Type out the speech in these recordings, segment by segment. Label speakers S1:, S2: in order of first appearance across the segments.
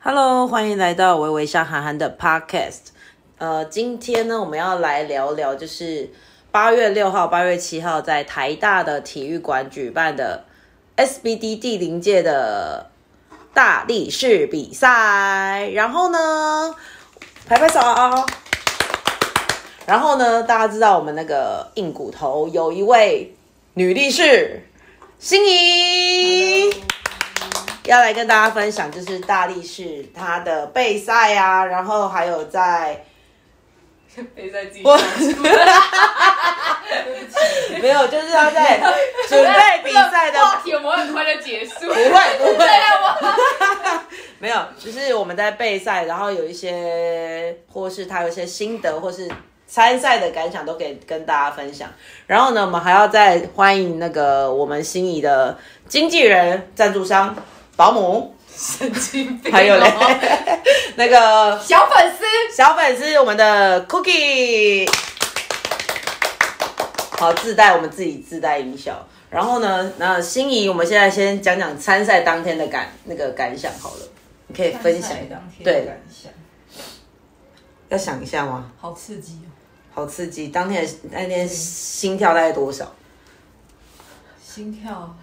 S1: Hello，欢迎来到微微笑韩寒的 Podcast。呃，今天呢，我们要来聊聊就是八月六号、八月七号在台大的体育馆举办的 SBD 第零届的大力士比赛。然后呢，拍拍手。然后呢，大家知道我们那个硬骨头有一位女力士心 仪。要来跟大家分享，就是大力士他的备赛啊，然后还有在
S2: 别再自己讲出来对不起
S1: 没有，就是他在准备比赛的
S2: 这个话题我们会很快就结束。不
S1: 不会不会
S2: 对啊，我
S1: 没有，就是我们在备赛，然后有一些或是他有一些心得或是参赛的感想都可以跟大家分享。然后呢，我们还要再欢迎那个我们心仪的经纪人、赞助商、保姆，
S2: 神经病哦。
S1: 还有 嘞 那个
S2: 小粉丝，
S1: 小粉丝，我们的 Cookie，好自带，我们自己自带音效。然后呢，那心仪，我们现在先讲讲参赛当天的感那个感想好了，你可以分享一下。对，
S2: 感想，
S1: 要想一下吗？
S2: 好刺激哦！
S1: 好刺激！当天的那天心跳大概多少？
S2: 心跳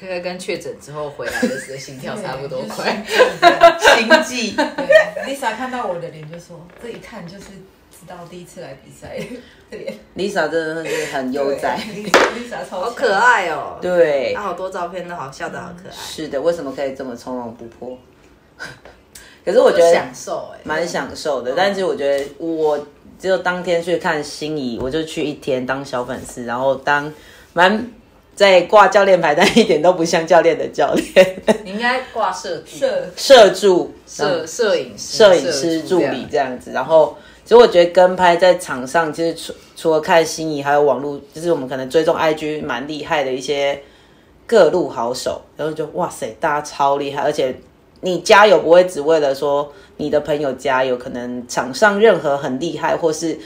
S3: 大概跟确诊之后回来的时候心跳差不多快。
S2: 对就是心跳
S1: 心悸。
S2: 对 Lisa 看到我的脸就说：“这一看就是知道第一次来比赛的脸。
S1: Lisa 真的是很悠哉。
S2: Lisa Lisa 超
S3: 好可爱哦、对，嗯
S1: 对
S3: 他，好多照片都好笑的好可爱，
S1: 是的，为什么可以这么从容不迫？ 可是我
S3: 我
S1: 觉得
S3: 享受哎、
S1: 蛮享受的，但是我觉得我只有当天去看心仪，我就去一天当小粉丝，然后当蛮在挂教练牌，但一点都不像教练的教练，
S3: 你应该挂设计
S2: 色，
S1: 社助、
S3: 摄摄影师、
S1: 摄影师助理这样子。然后，其实我觉得跟拍在场上，其实除除了看心仪，还有网络，就是我们可能追踪 IG 蛮厉害的一些各路好手，然后就哇塞，大家超厉害，而且你加油不会只为了说你的朋友加油，可能场上任何很厉害或是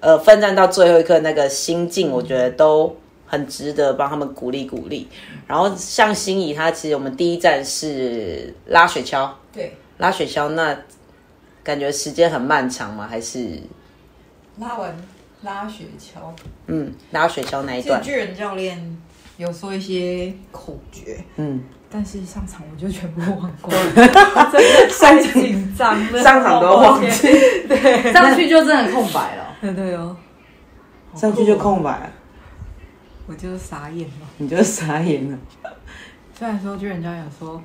S1: 呃奋战到最后一刻那个心境，我觉得都。很值得帮他们鼓励鼓励，然后像心仪，他其实我们第一站是拉雪橇，
S2: 对，
S1: 拉雪橇那感觉时间很漫长吗？还是
S2: 拉完拉雪橇。”
S1: 嗯，拉雪橇那一
S2: 其实
S1: 段，
S2: 巨人教练有说一些口诀，
S1: 嗯，
S2: 但是上场我就全部忘光 了，真的太紧张了，
S1: 上场都忘记
S2: 抱歉。
S3: 上去就真的空白了。
S2: 对对哦，
S1: 上去就空白，
S2: 我就傻眼了。
S1: 你就傻眼了。
S2: 虽然说巨人教练有说，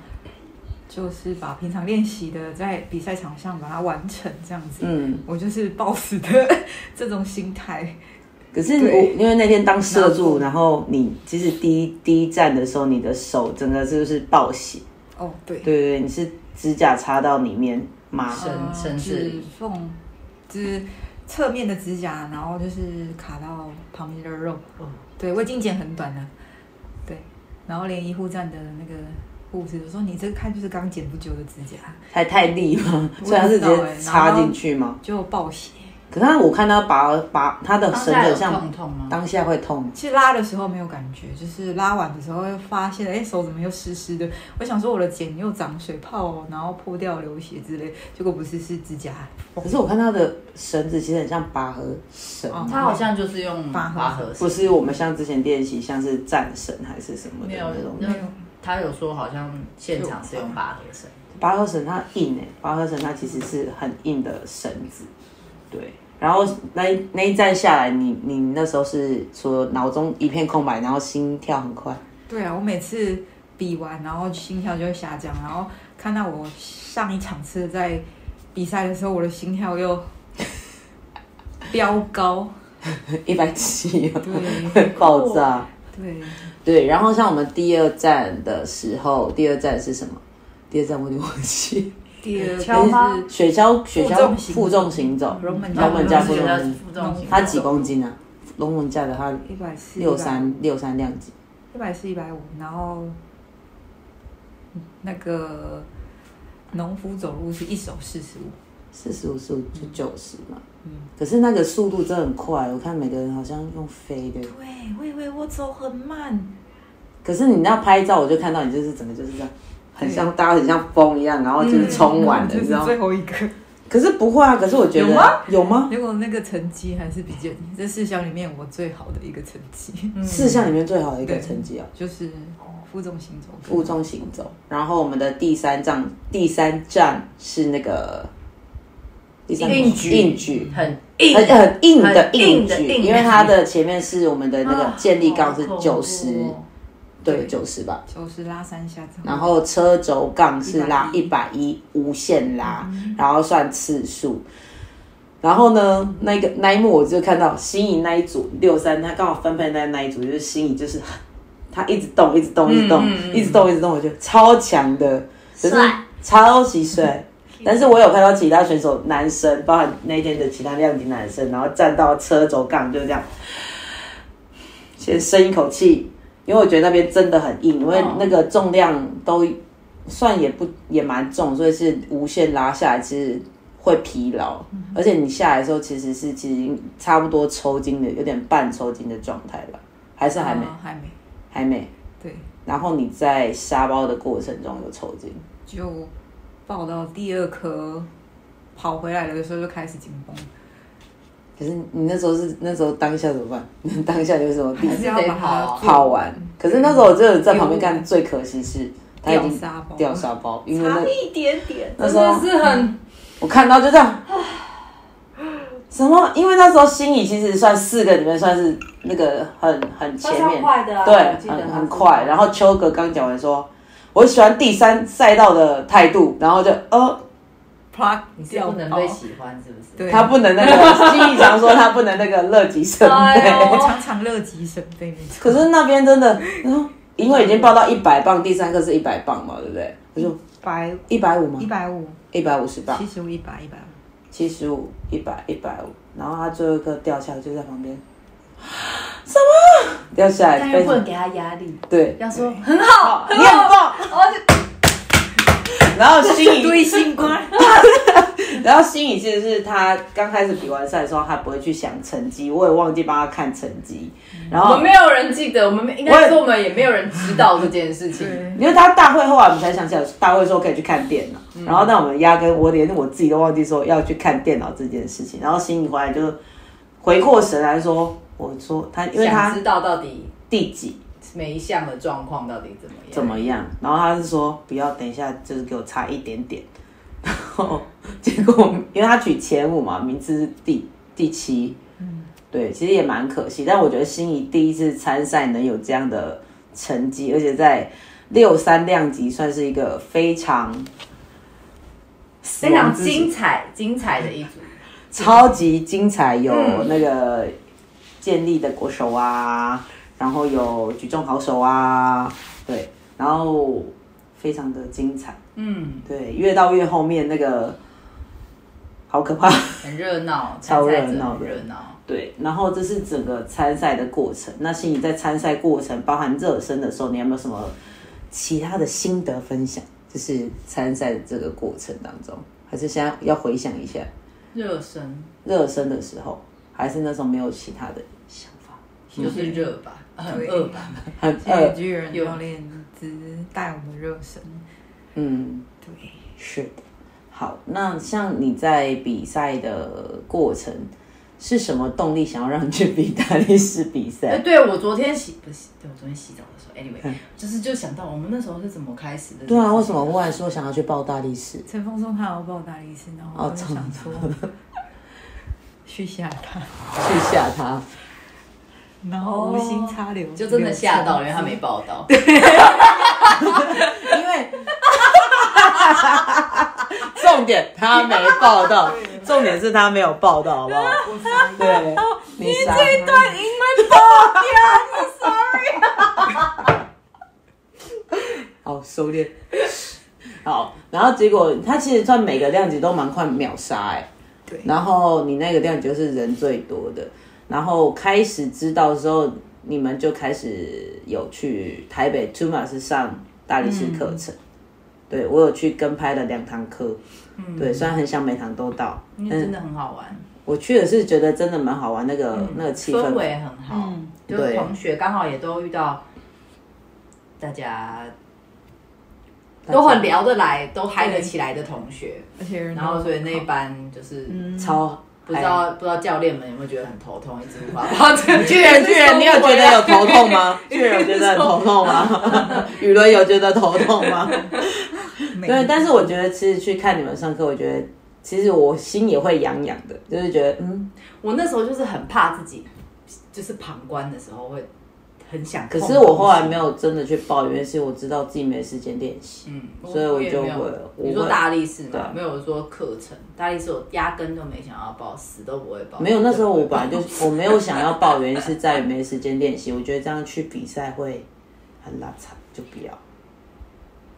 S2: 就是把平常练习的在比赛场上把它完成这样子，
S1: 嗯，
S2: 我就是抱死的 这种心态。
S1: 可是我
S2: 对
S1: 因为那天当社助，然后你其实第一第一站的时候，你的手整个就是爆血，
S2: 哦，对，
S1: 对对对，你是指甲插到里面吗？
S3: 是
S2: 呃
S3: 甚至
S2: 指缝，就是侧面的指甲，然后就是卡到旁边的肉。对，我已经剪很短了。对，然后连医护站的那个护士就说：“你这个看就是刚剪不久的指甲，
S1: 还太力吗？
S2: 我
S1: 所以他是直
S2: 不知道欸
S1: 接插进去吗？
S2: 就爆血。
S1: 可是他我看他拔拔他的绳子
S3: 痛
S1: 像
S3: 痛吗？
S1: 当下会哦痛”，
S2: 其实拉的时候没有感觉，就是拉完的时候会发现，哎，手怎么又湿湿的？我想说我的茧又长水泡、哦，然后破掉流血之类，结果不是，是指甲。
S1: 可是我看他的绳子其实很像拔河绳。
S2: 哦
S3: 他好像就是用
S2: 拔
S3: 拔
S2: 河
S3: 河
S1: 不是我们像之前练习，像是战神还是什么的
S3: 没有
S1: 那种
S3: 那。他有说好像现场是用拔河绳，
S1: 拔河绳它硬欸诶、拔河绳它其实是很硬的绳子，对。然后那一那一站下来，你你那时候是说脑中一片空白，然后心跳很快，
S2: 对啊，我每次比完，然后心跳就会下降，然后看到我上一场次在比赛的时候，我的心跳又飙高，
S1: 一百七啊，
S2: 对
S1: 会爆炸。
S2: 对，
S1: 对，然后像我们第二站的时候，第二站是什么？第二站我有点忘记。
S2: 第二
S3: 敲吗
S2: 个
S1: 雪橇，雪
S2: 负
S1: 橇
S2: 重行
S1: 负重行走，
S2: 龙门
S1: 龙门架
S2: 架
S1: 负
S3: 是
S1: 重
S3: 觉
S1: 行走，
S3: 得负重型
S1: 它几公斤啊？龙门架的它
S2: 是一百四
S1: 六三六三量级。
S2: 一百四一百五，然后嗯那个农夫走路是一手四十五，
S1: 四十五十五就九十嘛。
S2: 嗯
S1: 可是那个速度真的很快，我看每个人好像用飞的。
S2: 对，我以为我走很慢，
S1: 可是你那拍照，我就看到你就是整个就是这样，很像大家很像风一样，然后就是冲完 了，
S2: 这
S1: 你知
S2: 是
S1: 道吗
S2: 最？后一个。
S1: 可是不会啊，可是我觉得
S2: 有吗？
S1: 有吗？
S2: 如果那个成绩还是比较，这四项里面我最好的一个成绩，
S1: 四项里面最好的一个
S2: 嗯对
S1: 成绩哦，
S2: 就是负重行走跟
S1: 负重行走。然后我们的第三站，第三站是那个第三
S4: 硬举
S1: 硬举，
S4: 很硬
S1: 很很硬的
S4: 很
S1: 硬
S4: 硬的
S1: 举，
S4: 硬举
S1: 因为它的前面是我们的那个
S4: 啊
S1: 建立杠是
S4: 好恐怖
S1: 九十、
S4: 哦
S1: 对，九十吧。
S2: 就是拉三下之后，
S1: 然后车轴杠是拉嗯一
S2: 110
S1: 百一嗯无限拉，然后算次数。然后呢，那个那一幕我就看到心仪那一组六三，他刚好分配在那一组，就是心仪就是他一直动，一直动，一直动，一直动，一直动，我觉得超强的，只是
S4: 帅
S1: 超级 帅。但是我有看到其他选手男生，包含那天的其他量级男生，然后站到车轴杠就这样，先深一口气，因为我觉得那边真的很硬，因为
S2: 哦
S1: 那个重量都算也不也蛮重，所以是无限拉下来，其实会疲劳，
S2: 嗯
S1: 而且你下来的时候其实是其实已经差不多抽筋的，有点半抽筋的状态吧，还是还没、
S2: 啊还没，
S1: 还没。
S2: 对，
S1: 然后你在沙包的过程中有抽筋，
S2: 就抱到第二颗跑回来的时候就开始紧绷，
S1: 可是你那时候是那时候当下怎么办？ 你当下有什么
S2: 还
S1: 病？
S2: 是要把它
S3: 跑
S1: 跑完。可是那时候我真的在旁边看，
S2: 丢
S1: 最可惜是他已
S2: 掉
S1: 经
S2: 沙包，
S1: 掉沙包，因为
S4: 差
S1: 那
S4: 一点点，
S1: 那
S4: 真
S1: 时候啊嗯
S4: 的是很
S1: 我看到就这样，什么？因为那时候心仪其实算四个里面算是那个很很前
S4: 超
S1: 面，
S4: 快的啊我记
S1: 对，
S4: 得
S1: 很
S4: 他
S1: 很
S4: 是
S1: 快。然后秋哥刚讲完说，我喜欢第三赛道的态度，然后就呃，
S2: 啪
S3: 你是
S2: 掉
S3: 不能
S2: 包
S3: 被喜欢，是不是？
S2: 对，
S1: 他 不能那 个，心仪常说他不能那个乐极生悲
S4: 哎。呦
S2: 我常常乐极生悲，没
S1: 可
S2: 错。
S1: 是那边真的，嗯因为已经报到一百磅，第三个是一百磅嘛，对不对？我就
S2: 百
S1: 一百五嘛
S2: 一，百五，
S1: 一百五十磅
S2: 七，十五，一百一百五，
S1: 七十五，一百，一百五。然后他最后一个掉下来，就在旁边，什么掉下来？
S4: 但又
S1: 非
S4: 不能
S1: 常
S4: 给他压力，
S1: 对，
S4: 要说很好，
S1: 你很棒。然后心仪，
S2: 对新冠，
S1: 然后心仪其实是他刚开始比完赛的时候，他不会去想成绩，我也忘记帮他看成绩。然
S3: 我
S1: 后
S3: 们没有人记得，我们没应
S1: 我也
S3: 该说我们也没有人知道这件事情。
S2: 对，
S1: 因为他大会后来我们才想起来，大会说可以去看电脑，然后但我们压根我连我自己都忘记说要去看电脑这件事情，然后心里回来就回过神来说，我说他因为
S3: 想
S1: 他
S3: 知道到底
S1: 第几
S3: 每一项的状况到底怎么样？
S1: 怎么样，然后他是说不要等一下就是给我差一点点， 然后结果我们因为他取前五嘛，名次是第第七，对，其实也蛮可惜，但我觉得心仪第一次参赛能有这样的成绩，而且在六三量级算是一个非常
S3: 非常
S1: 死亡之组
S3: 精彩精彩的一组，
S1: 超级精彩，有那个建立的国手啊，然后有举重好手啊，对，然后非常的精彩，
S3: 嗯，
S1: 对，越到越后面那个好可怕，
S3: 很热闹，
S1: 超热
S3: 参
S1: 闹的
S3: 赛者很热闹。
S1: 对，然后这是整个参赛的过程。那心仪在参赛过程，包含热身的时候，你有没有什么其他的心得分享？就是参赛的这个过程当中，还是现在要回想一下？
S3: 热身
S1: 热身的时候，还是那时候没有其他的想法，嗯
S3: 就是热吧，很
S2: 对
S3: 饿吧，
S1: 很
S2: 谢谢
S1: 饿。
S2: 巨人教练只带我们热身，
S1: 嗯，
S2: 对，
S1: 是的。好，那像你在比赛的过程，是什么动力想要让你去比大力士比
S3: 哎，
S1: 赛？
S3: 对我昨天洗不是，对我昨天洗澡的时候，anyway，就是就想到我们那时候是怎么开始
S1: 嗯
S3: 的。
S1: 对 啊，为什么忽然说想要去报大力士？
S2: 陈峰说他要抱大力士，然后
S1: 哦
S2: 我就想说去吓他，
S1: 去吓他？
S2: 然后无心插柳，
S3: 哦就真的吓到了，因为他没报道。
S1: 因为 重点他没报到，重点是他没有报到，好 不好？
S2: 我傻眼。
S1: 对，你傻。
S2: 段因为
S1: 好收敛。 好，然后结果他其实算每个量级都蛮快秒杀哎、
S2: 对
S1: 然后你那个量级就是人最多的，然后开始知道的时候，你们就开始有去台北 t u m a 是上大理石课
S3: 嗯
S1: 程，对我有去跟拍了两堂课，
S3: 嗯
S1: 对，虽然很想每堂都到，
S3: 因为真的很好玩，
S1: 我去的是觉得真的蛮好玩，那个、那个气
S3: 嗯氛
S1: 氛
S3: 围很好，就
S1: 对
S3: 是同学刚好也都遇到大家都很聊得来，都嗨得起来的同学，
S2: 而且
S1: 嗯
S2: 人
S3: 然后所以那一
S2: 好
S3: 班就是
S1: 超
S3: 不知道不知道教练们有没有觉得很头痛，一直无法把这个
S1: 巨人，巨人，你有觉得有头痛吗？巨人有觉得很头痛吗？ 雨伦有觉得头痛吗？
S2: 美
S1: 对，但是我觉得其实去看你们上课，我觉得其实我心也会痒痒的，就是觉得嗯，
S3: 我那时候就是很怕自己，就是旁观的时候会很想
S1: 可
S3: 痛。
S1: 是我后来没有真的去抱怨，是我知道自己没时间练习。
S3: 嗯，
S1: 所以我
S3: 也
S1: 就
S3: 没有
S1: 会我
S3: 你说
S1: 会
S3: 大力士
S1: 对啊
S3: 嘛，没有说课程，大力士我压根就没想要报，死都不会报。
S1: 没有，那时候我本来就我没有想要抱怨，是在于没时间练习。我觉得这样去比赛会很拉惨，就不要。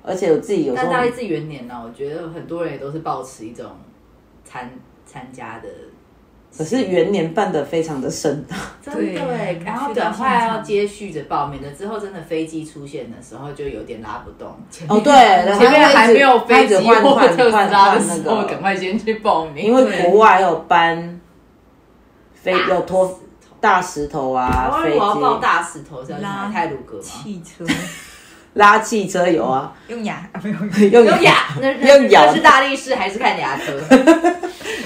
S1: 而且我自己有时
S3: 但
S1: 候
S3: 大力士元年呢、我觉得很多人也都是抱持一种参参加的，
S1: 可是元年办的非常的盛大，
S3: 真的欸
S2: 对
S3: 然后赶快要接续着报名的，之后真的飞机出现的时候就有点拉不动。前面
S1: 哦对然后
S3: 嗯前面还没有
S1: 开
S3: 飞
S1: 始
S3: 机
S1: 换
S3: 或
S1: 换
S3: 特斯
S1: 换
S3: 拉的
S1: 换那
S3: 时候，
S1: 个
S3: 赶快先去报名，
S1: 因为国外有搬飞有拖
S3: 石头
S1: 大石头
S3: 台
S1: 啊，
S3: 湾
S1: 飞
S3: 如果要报
S1: 机
S3: 大石头是要去哪里泰鲁格吗？
S2: 汽车
S1: 拉汽车有啊，
S2: 用牙 啊没有
S1: 用
S3: 用牙，那那
S1: 用咬
S3: 那是大力士还是看牙科？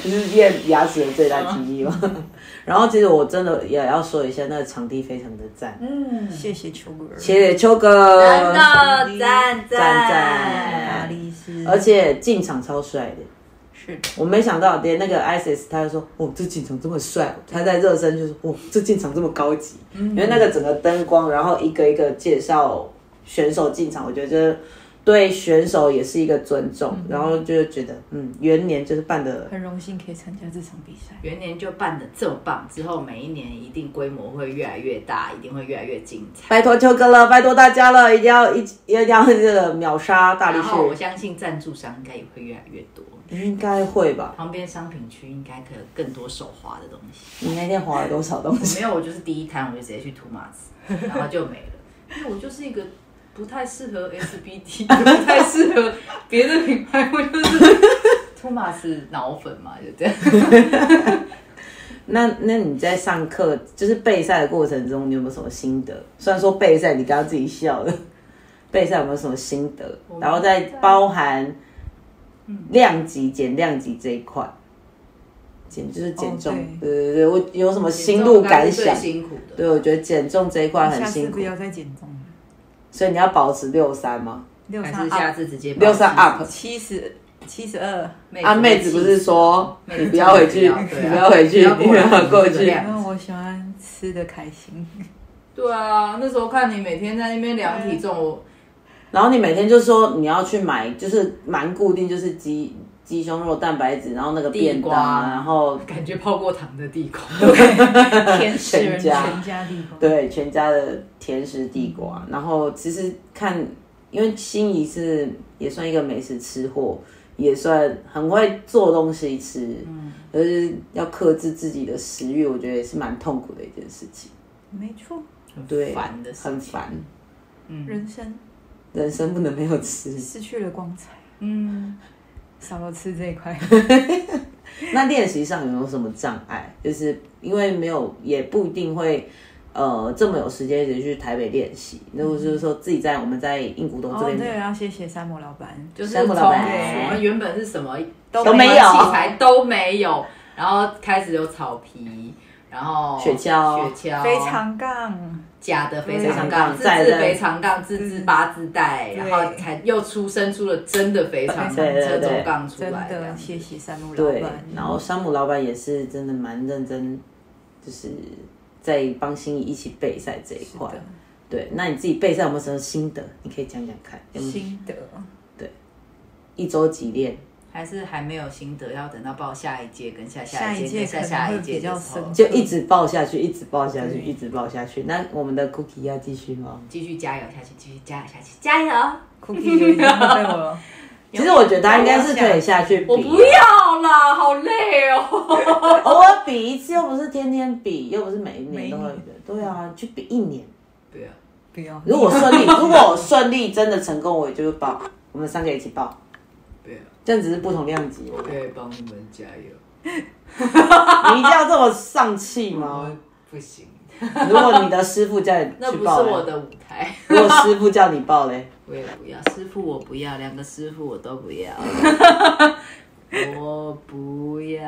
S1: 就是验牙齿的最大记忆嘛。
S3: 嗯
S1: 然后其实我真的也要说一下，那个场地非常的赞，
S3: 嗯，
S2: 谢谢球哥，
S1: 谢谢秋哥，
S3: 真的赞
S1: 赞
S2: 大
S1: 赞
S2: 力士，
S1: 而且进场超帅的。
S2: 是的
S1: 我没想到，连那个 ISIS 他就说：“哦，这进场这么帅。”他在热身就说：“哦，这进场这么高级。
S3: 嗯
S1: 因为那个整个灯光，然后一个一个介绍选手进场，我觉得就是对选手也是一个尊重。然后就觉得，嗯，元年就是办的
S2: 很荣幸可以参加这场比赛。
S3: 元年就办的这么棒，之后每一年一定规模会越来越大，一定会越来越精彩。
S1: 拜托秋哥了，拜托大家了，一定要一一定要这个秒杀大力
S3: 然后我
S1: 士，
S3: 相信赞助商应该也会越来越多，
S1: 应该会吧？
S3: 旁边商品区应该可以有更多手滑的东西。
S1: 你那天划了多少东
S3: 我
S1: 西？
S3: 没有，我就是第一摊我就直接去涂马子，然后就没了，因为我就是一个。不太适合 SBD，不太适合别的品牌，我就是托马斯脑粉嘛，就这样。
S1: 那那你在上课就是备赛的过程中，你有没有什么心得？虽然说备赛你刚刚自己笑了， 备赛有没有什么心得？然后再包含量级减量级这一块，减就是减重，
S2: 哦
S1: 对对对，我有什么心路感
S3: 减重
S1: 想
S3: 是？最辛苦的，
S1: 对，我觉得减重这一块很
S2: 下次
S1: 辛苦
S2: 不，要再减重了，
S1: 所以你要保持六三吗？
S2: 六
S3: 还
S2: 三
S3: 是下次直接
S1: 六三 up
S2: 七十七十二，
S1: 啊，妹子不是说
S3: 妹子
S1: 你不要回去，
S3: 不要哎对啊
S1: 你不要回去，
S3: 不要
S1: 你
S3: 过
S1: 不
S3: 来
S1: 要过
S3: 对
S1: 去
S3: 啊。
S2: 因为我喜欢吃的开心，
S3: 对啊，那时候看你每天在那边量体重，我
S1: 然后你每天就说你要去买，就是蛮固定，就是鸡鸡胸肉蛋白质，然后那个便当啊，
S3: 地瓜
S1: 然后
S3: 感觉泡过糖的地瓜，
S2: 天使
S1: 全家
S2: 全家地瓜，
S1: 对全家的甜食地瓜。然后其实看，因为心仪是也算一个美食吃货，也算很会做东西吃，嗯，就是要克制自己的食欲，我觉得也是蛮痛苦的一件事情，
S2: 没错，
S1: 对，
S3: 烦的事情
S1: 很烦，
S2: 人生
S1: 人生不能没有吃。
S2: 失去了光彩，
S3: 嗯，
S2: 少了吃这一块。
S1: 那练习上有没有什么障碍？就是因为没有，也不一定会。呃，这么有时间一直去台北练习，那我就是说自己在我们在硬古董这
S2: 哦，
S1: 边、
S2: 对，要谢谢山姆老板，
S3: 就是
S1: 山
S3: 从
S1: 姆
S3: 我
S1: 老板
S3: 们欸原本是什么
S1: 都没有
S3: 器材都没有，然后开始有草皮，然后
S1: 雪橇
S3: 雪橇
S2: 非常杠，
S3: 假的肥
S2: 非
S3: 肠
S2: 常
S1: 杠
S3: 杠，自
S1: 再
S3: 制
S1: 来
S3: 肥肠杠，自制八字带，
S2: 对
S3: 然后才又出生出了真的肥肠
S1: 对对
S3: 车
S1: 对
S3: 轴杠出
S2: 真
S3: 来，这样
S2: 的谢谢山姆老
S1: 对
S2: 板，，
S1: 然后山姆老板也是真的蛮认真，就是在帮心仪一起备赛这一
S2: 是
S1: 块
S2: 的。
S1: 对，那你自己备赛有没有什么心得？你可以讲讲看，有没有
S2: 心哦得，
S1: 一周几练？
S3: 还是还没有心得，要等到报下一届跟下
S2: 下
S3: 一
S2: 一届
S3: 届跟下下
S2: 可
S3: 一届
S2: 能
S3: 的
S2: 会比较
S3: 时候
S2: 深，
S1: 就一直报下去，一直报下去，
S2: 对
S1: 一直报下去。那我们的 Cookie 要继续吗？
S3: 继续加油下去，继续加油下去，加油！
S2: Cookie 有一点被我
S1: 其实我觉得他应该是可以下去比，啊
S3: 我不要啦，好累哦。
S1: 偶尔比一次，又不是天天比，又不是每一年都会比。对啊，去比一年。
S3: 不要，
S2: 不要，
S1: 如果顺利， 如果我顺利真的成功，我也就报，我们三个一起报，
S3: 不要，
S1: 这样只是不同量级。
S3: 我可以帮你们加油。
S1: 你一定要这么上气吗
S3: 我？不行，
S1: 如果你的师傅叫你
S3: 那
S1: 去
S3: 不是
S1: 报
S3: 我
S1: 嘞，
S3: 的舞台。
S1: 如果师傅叫你报嘞，
S3: 我也不要，师傅我不要，两个师傅我都不要， 我不要。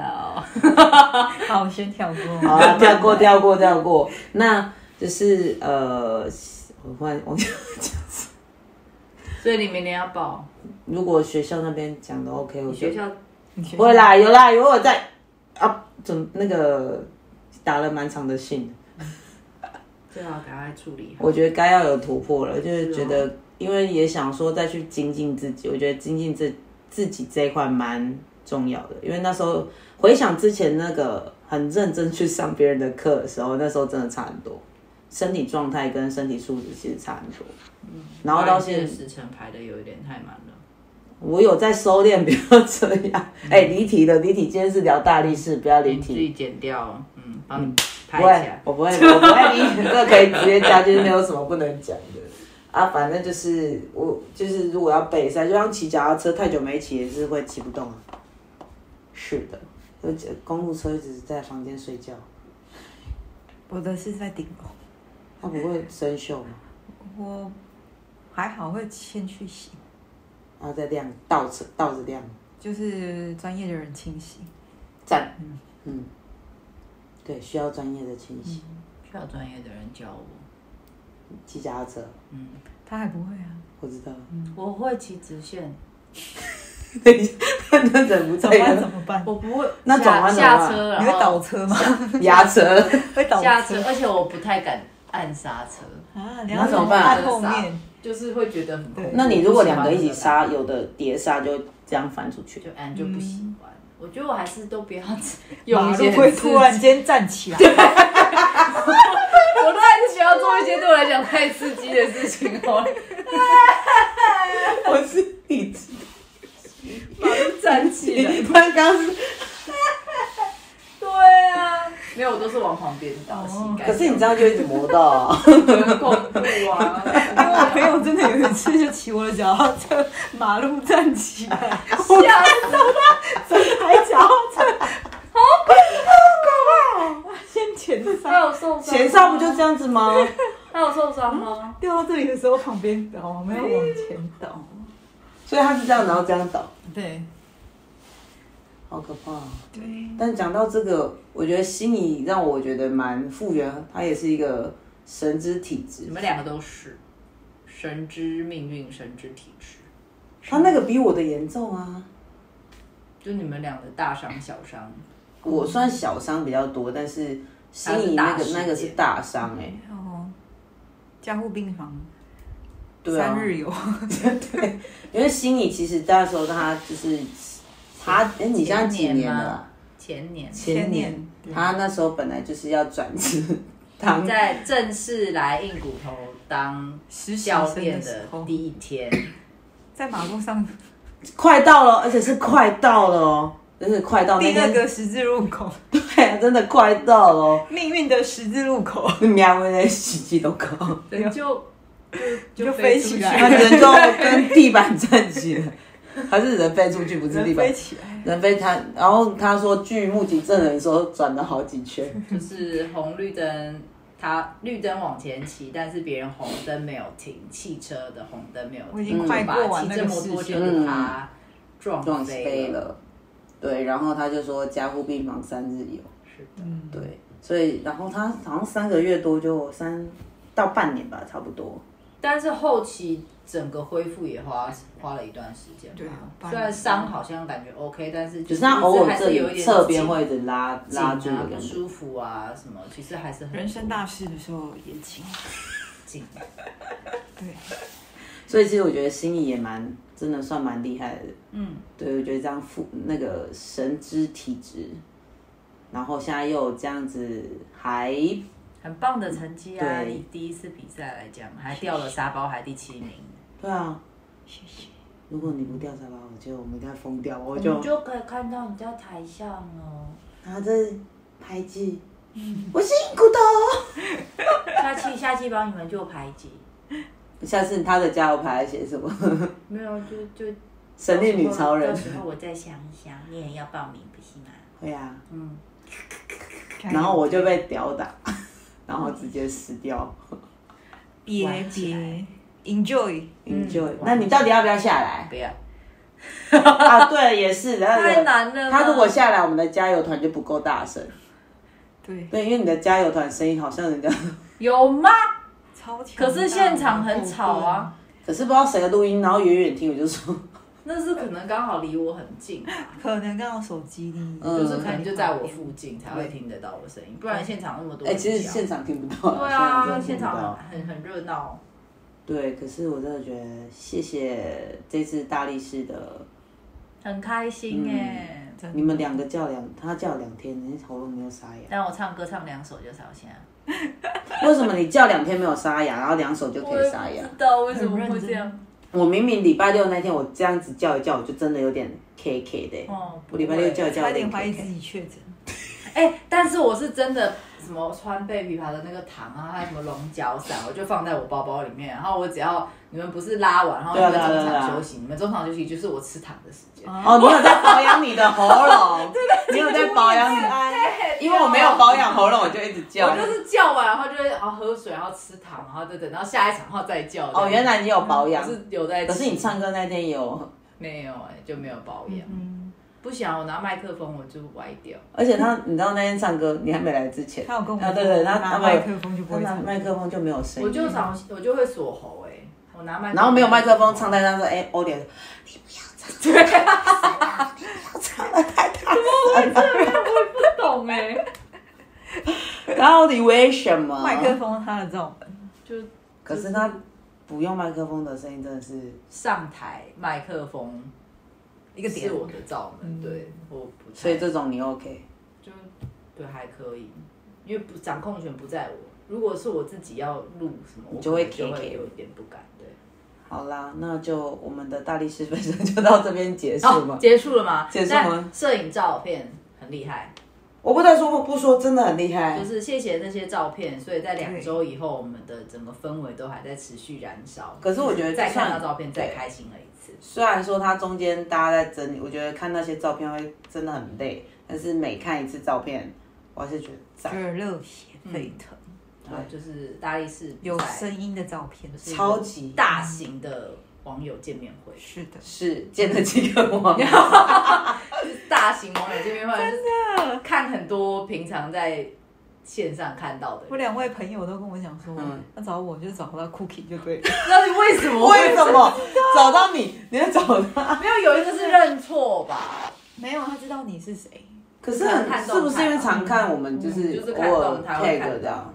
S2: 好，我先跳过。
S1: 好 啊，跳过，跳过，跳过。那就是呃，我忽然我
S3: 所以你明年要报
S1: 如果学校那边讲的 OK，我
S3: 你
S1: 就
S3: 学校
S2: 你先
S1: 不会啦，有啦，有我在啊，怎那个打了蛮长的信，
S3: 最好赶快处理好。
S1: 我觉得该要有突破了，就是啊觉得，因为也想说再去精进自己，我觉得精进自自己这一块蛮重要的，因为那时候回想之前那个很认真去上别人的课的时候，那时候真的差很多，身体状态跟身体素质其实差很多，然后到现
S3: 把你这个时辰排的有一点太满了。
S1: 我有在收敛，不要这样。哎、离题了，离题。今天是聊大力士，不要离
S3: 你自
S1: 题。
S3: 己剪掉，嗯，帮你拍
S1: 不会
S3: 一下，。
S1: 我不会，我不会离题。这个可以直接加，就是没有什么不能讲 的。啊，反正就是我，就是如果要备赛，就像骑脚踏车，太久没骑也是会骑不动啊。是的，而且公路车一直在房间睡觉，
S2: 我的是在顶楼，
S1: 它不会生锈吗？
S2: 我还好会先去洗，
S1: 然后再晾，倒着倒着晾。
S2: 就是专业的人清洗。
S1: 赞，嗯，对，需要专业的清洗，
S3: 需要专业的人教我。
S1: 骑脚踏车，
S3: 嗯，
S2: 他还不会啊，
S1: 我知道。
S3: 我会骑直线，
S1: 等一下，那啊忍不
S2: 怎
S1: 住
S2: 么办？怎么办？
S3: 我不会
S1: 那
S3: 下
S1: 转弯怎么办
S3: 下车，
S2: 你
S3: 然
S2: 会倒
S3: 后
S2: 车吗？
S1: 压车，
S3: 啊
S2: 会倒
S3: 下
S2: 车
S3: 车，而且我不太敢按刹车，
S2: 啊？你
S1: 那
S2: 要
S1: 怎么
S2: 么
S1: 办
S2: 按后面？
S3: 就是会觉得很恐怖。
S1: 那你如果两个一起
S3: 杀，
S1: 刹，有的碟刹就这样翻出去。
S3: 就按就不喜欢。我觉得我还是都不要用
S2: 马
S3: 嗯一些
S2: 路
S3: 很
S2: 会
S3: 刺激
S2: 突然间站起来，
S3: 我都还是想要做一些对我来讲太刺激的事情哦，
S1: 我是你，
S3: 站 起来。哎
S1: 刚刚是，
S3: 对啊，没有，我都是往旁边倒，膝盖。
S1: 可是你这样就一直磨到啊。
S3: 很恐怖 啊！
S2: 因为我朋友真的有一次就骑我的脚踏车， 马路站起来，
S3: 吓死
S2: 还脚踏车，好可怕！先前
S3: 我！他
S2: 上
S3: 有受伤？
S1: 前刹不就这？样子吗？
S3: 他有受伤吗？
S2: 掉到这里的时候，旁边倒，我们要往前倒。
S1: 所以他是这样，然后这样倒，
S2: 对
S1: 好可怕啊。
S2: 对，
S1: 但讲到这个，我觉得心仪让我觉得蛮复原，他也是一个神之体质
S3: 你。们两个都是神之命运，神之体质，
S1: 他那个比我的严重啊，
S3: 就你们俩的大伤小伤。
S1: 我算小伤比较多，但是心仪
S3: 哦
S1: 那
S3: 他是大嗯
S1: 个
S3: 事件
S1: 那个是大伤哎、欸。
S2: 哦，加护病房
S1: 对啊
S2: 三。日游，
S1: 因为心仪其实那时候他就是他，哎、你现在几
S3: 前
S1: 年
S3: 年
S1: 了
S3: 吗
S1: 啊？？
S3: 前年
S1: 前年
S2: 前年，对
S1: 他那时候本来就是要转职 当
S3: 在正式来硬骨头当
S2: 实习
S3: 教
S2: 生
S3: 练
S2: 时
S3: 的
S2: 候，
S3: 第一 天，
S2: 在马路上
S1: 快到了，而且是快到了哦，真的快到那
S2: 第二
S1: 天，
S2: 个十字路口，
S1: 对啊，真的快到了哦，
S2: 命运的十字路口，
S1: 喵的喜剧 都高，
S2: 啊
S3: 人就就
S2: 就
S3: 飞
S2: 飞
S3: 出
S2: 起
S3: 去
S2: 来
S1: 他人就跟地板站起来，还是人飞出去，不是地
S2: 人
S1: 板
S2: 飞。起来，
S1: 人飞他，然后他说，据目击证人说，转了好几圈，
S3: 就是红绿灯，他绿灯往前骑，但是别人红灯没有停，汽车的红灯没有停，
S2: 我已经快过完
S3: 把
S2: 那
S3: 骑这
S2: 个
S3: 么
S2: 视
S3: 多
S2: 线
S3: 就给他撞
S1: 撞
S3: 飞
S1: 飞
S3: 了。
S1: 了。对，然后他就说加护病房三日游。
S3: 是的，
S1: 对，所以然后他好像三个月多就三到半年吧，差不多。
S3: 但是后期整个恢复也花花了一段时间
S2: 对啊
S3: 吧，
S2: 半年
S3: 虽然伤好像感觉 OK，但是
S1: 只
S3: 就是
S1: 他偶尔这
S3: 还是有
S1: 里
S3: 一点
S1: 侧边
S3: 紧
S1: 会一直拉
S3: 紧
S1: 拉住
S3: 啊
S1: 的
S3: 不
S1: 感觉。
S3: 舒服啊什么，其实还是很
S2: 人生大事的时候也请，
S3: 紧。
S2: 对，
S1: 所以其实我觉得心仪也蛮真的算蛮厉害的。
S3: 嗯，
S1: 对，我觉得这样复那个神之体质，然后现在又有这样子还
S3: 很棒的成绩啊！
S1: 对
S3: 你第一次比赛来讲，还掉了沙包，还第七名。
S1: 对啊。
S2: 谢谢。
S1: 如果你不掉沙包，我觉得我们应该疯掉，我
S3: 我
S1: 就
S3: 们就可以看到你在台上哦，
S1: 拿着拍记，
S3: 嗯
S1: 我是硬骨头。
S3: 下期下期帮你们做排挤，
S1: 下次他的加油牌写什么？
S3: 没有就就
S1: 神力女超
S3: 到
S1: 人。
S3: 时候我再想一想，你也要报名不是吗？
S1: 会啊。
S3: 嗯，
S1: 然后我就 被吊打，然后直接死掉。
S2: 别
S3: 玩起
S2: 别
S3: 来
S2: enjoy，
S1: enjoy。那嗯你到底要不要下来
S3: 不？要，
S1: 啊，对，也是。然后
S3: 太难了吧
S1: 他如果下来，我们的加油团就不够大声。
S2: 对，
S1: 对，因为你的加油团声音好像人家，
S3: 有吗？
S2: 超强大
S3: 可
S2: 的。
S3: 是现场很吵啊，
S1: 可是不知道谁的录音，然后远远听我就说，
S3: 那是可能刚好离我很近啊，
S2: 可能刚好手机里，
S1: 嗯
S3: 就是可能就在我附近才会听得到我的声音，不然现场那么多
S1: 哎、
S3: 人
S1: 其实
S3: 讲
S1: 现场听不到。
S3: 对啊，
S1: 现
S3: 现
S1: 场真的
S3: 场很很很
S1: 听
S3: 热闹，
S1: 不到。对，可是我真的觉得谢谢这次大力士的，
S3: 很开心哎。
S1: 嗯
S2: 真
S1: 你们两个叫两，他叫两天，你喉咙没有沙 哑。
S3: 但我唱歌唱两首就烧香，
S1: 为什么你叫两天没有沙哑，然后两手就可以沙
S3: 也
S1: 哑
S3: 不？知道为什
S2: 么
S3: 么
S2: 会
S3: 会
S2: 这
S3: 这
S2: 样
S3: 样。
S1: 我明明礼拜六那天我这样子叫一叫，我就真的有点 K K 的、
S3: 哦
S1: 我礼拜六叫一
S2: 差
S1: 叫，有点
S2: 点怀
S1: K
S2: 疑自
S1: K。
S2: 己确诊。
S3: 哎、但是我是真的什么川贝枇杷的那个糖啊，还有什么龙角散，我就放在我包包里面。然后我只要你们不是拉完，然后你
S1: 对啊
S3: 们中
S1: 对啊对啊
S3: 场休息，你们中场休息就是我吃糖的时间。
S1: 哦，你有在保养你的喉咙，你有在保养你的，因为我没有保养喉咙，我就一直叫
S3: 我。就是叫完，然后就会然后喝水，然后吃糖，然后再等到下一场，然后再叫。
S1: 哦，原来你有保
S3: 我
S1: 养，
S3: 是有在吃，
S1: 可是你唱歌那天有，
S3: 没有哎、就没有保养。
S2: 嗯，
S3: 不想我拿麦克风我就歪掉。
S1: 而且他，你知道那天唱歌，你还没来之前，
S2: 他有跟我
S1: 啊，
S2: 说
S1: 对对，他
S2: 拿
S1: 他
S2: 麦
S1: 麦
S2: 克风就不
S1: 他
S2: 会
S1: 拿
S2: 唱，
S1: 麦克风就没有声
S3: 我
S1: 音，
S3: 就常我就会锁喉哎、我拿麦克风
S1: 然后没有麦克风唱在那说，哎，欧脸，
S3: 对啊，
S1: 唱的太大声了，
S3: 不懂哎、
S1: 到底为什么？
S2: 麦克风他的这种
S3: 就
S1: 可是他不用麦克风的声音真的是，
S3: 上台麦克风
S2: 一个点
S3: 是，我的罩门，对，我不太
S1: 所以这种你 OK。
S3: 就对还可以，因为不掌控权不在我。如果是我自己要录什么，我
S1: 就会
S3: 可能
S1: K
S3: 就会
S1: K
S3: 有一点不敢，对。
S1: 好啦，那就我们的大力士分身就到这边结束
S3: 哦，
S1: 吧。
S3: 结束了吗？
S1: 结束吗
S3: 但摄影照片很厉害，
S1: 我不得说不不说，真的很厉害
S3: 就。是谢谢这些照片，所以在两周以后，我们的整个氛围都还在持续燃烧。
S1: 可是我觉得
S3: 再看到
S1: 算
S3: 照片，再
S1: 对
S3: 开心了一次。
S1: 虽然说它中间大家在整理，我觉得看那些照片会真的很累，但是每看一次照片，我还是觉得赞，
S2: 热热血沸腾，
S3: 然后哦就是大力士比
S2: 有
S3: 赛
S2: 声音的照片，
S3: 是一个
S1: 超级
S3: 大型的网友见面会，
S2: 是的，
S1: 是见了几个网友。
S3: 大型网友见面会，真的看很多平常在线上看到的
S2: 我
S3: 人，
S2: 两位朋友都跟我讲说
S1: 嗯，
S2: 要找我就找到 Cookie 就对了，
S3: 那是为什么会？
S1: 为 什么找到你，你要找他？
S3: 没有有一个是认错吧？
S2: 没有，他知道你是谁，
S1: 可是很是不是因为常看我们就是
S3: 就是
S1: 偶
S3: 看动
S1: 尔
S3: 态会看
S1: tag 这样？嗯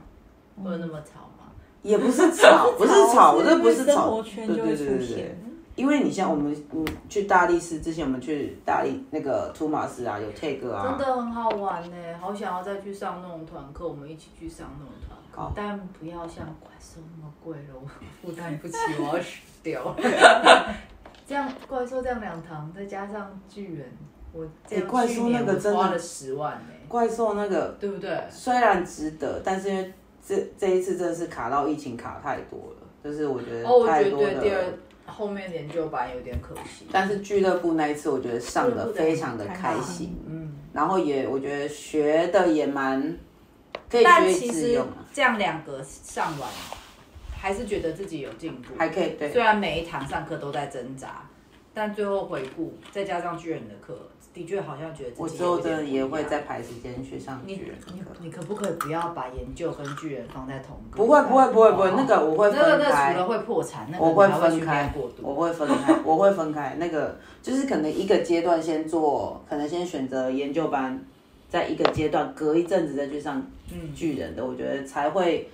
S3: 会有那么吵吗？
S1: 也不是吵，不是吵，我这不是
S2: 生
S1: 吵，
S2: 活圈就
S1: 对
S2: 会
S1: 对
S2: 出
S1: 对对对
S2: 现。嗯
S1: 因为你像我们，嗯，去大力士之前，我们去大力那个托马斯啊，有 take 啊，
S3: 真的很好玩呢、好想要再去上那种团课，我们一起去上那种团
S1: 好
S3: 课，但不要像怪兽那么贵了，我负担不起，我要死掉 了。这样怪兽这样两堂，再加上巨人，我这样、
S1: 欸怪兽
S3: 去年
S1: 那个
S3: 我
S1: 真的
S3: 花了十万呢、
S1: 怪兽那个
S3: 对不对？
S1: 虽然值得，但是因为这这一次真的是卡到疫情卡太多了，就是我觉
S3: 哦，
S1: 得
S3: 我
S1: 太
S3: 觉
S1: 多
S3: 得
S1: 的。
S3: 第二后面研究版有点可惜。
S1: 但是俱乐部那一次，我觉得上
S3: 俱乐
S1: 的
S3: 部的
S1: 非常的
S2: 开
S1: 开
S2: 心
S1: 心，
S3: 嗯，
S1: 然后也我觉得学的也蛮可以
S3: 但
S1: 学
S3: 其
S1: 以致
S3: 实
S1: 用啊，
S3: 这样两个上完，还是觉得自己有进步。
S1: 还可以对
S3: 虽然每一堂上课都在挣扎，但最后回顾，再加上巨人的课，的确好像觉得自己
S1: 我之后
S3: 有一
S1: 真
S3: 点
S1: 的也
S3: 不一
S1: 会
S3: 样
S1: 再。排时间去上
S3: 你
S1: 巨人
S3: 你
S1: 课。
S3: 你可不可以不要把研究跟巨人放在同个？
S1: 不会不会不会不会，
S3: 哦
S1: 那个我会
S3: 那个
S1: 分
S3: 那
S1: 开
S3: 除。了会破产，那个
S1: 我会
S3: 还
S1: 分
S3: 去练
S1: 开
S3: 过，度。
S1: 我会分开，我会分开。那个就是可能一个阶段先做，可能先选择研究班，在一个阶段隔一阵子再去上
S3: 嗯
S1: 巨人的，我觉得才会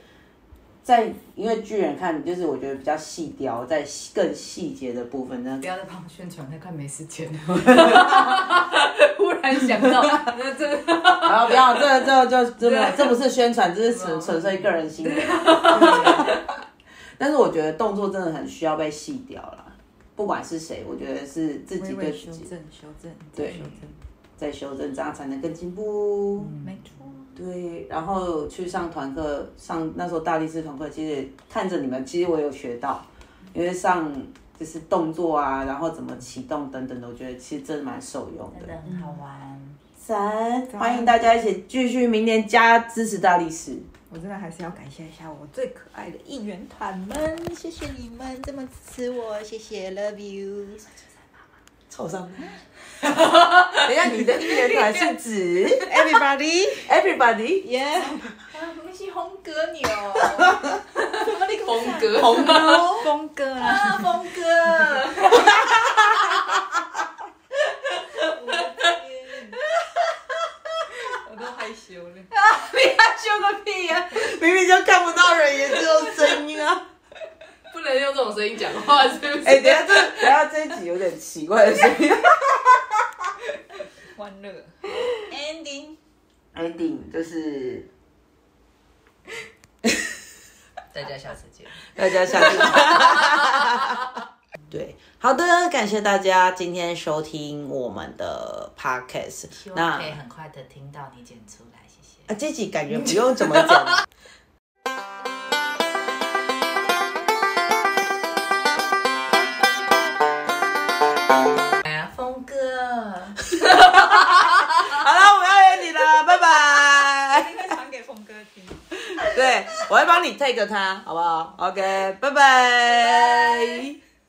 S1: 在因为巨人看就是我觉得比较细雕，在细更细节的部分 呢
S3: 不。要再帮我宣传，那快没时间 了。忽然想到，那这个
S1: 然后不要，这这就这没有，这不是宣传，这是纯纯粹个人心得。但是我觉得动作真的很需要被细雕啦，不管是谁，我觉得是自己
S2: 微
S1: 对
S2: 微
S1: 自
S2: 修
S1: 己
S2: 正修正
S1: 对
S2: 修正，
S1: 在修正，这样才能更进步。
S2: 没错，
S1: 对，然后去上团课，上那时候大力士团课，其实也看着你们，其实我有学到，因为上就是动作啊，然后怎么启动等等的，我觉得其实真的蛮受用
S3: 真
S1: 的
S3: 的。很好玩。
S1: 赞，欢迎大家一起继续明年加支持大力士。
S2: 我真的还是要感谢一下我最可爱的应援团们，谢谢你们这么支持我，谢谢，love you。
S1: 臭 上
S2: 等一下，你的应援团是 指
S1: everybody，
S2: everybody？
S1: 耶，
S4: 啊，我们是红哥牛，什么你
S3: 风
S4: 讲
S3: 格
S1: 红牛，
S2: 峰哥啦，
S4: 啊，峰哥。
S3: 我都害羞了。
S4: 修个屁呀、
S1: 明明就看不到人，也只有声音啊。
S3: 不能用这种声音讲话，是不是？
S1: 哎、等一下这等一下这一集有点奇怪的声音。
S3: 欢乐。
S4: e n d i n g
S1: ending 就是
S3: 大家下次见。
S1: 大家下次见。 对，好的，感谢大家今天收听我们的 podcast。
S3: 希
S1: 那
S3: 望可以很快的听到你剪出来，谢谢。
S1: 啊，这集感觉不用怎么剪。
S3: 哎呀，峰哥。
S1: 好了，我要 ending 了，拜拜。
S2: 应该传给峰哥听。
S1: 对，我会帮你 take 他，好不好？OK，拜拜。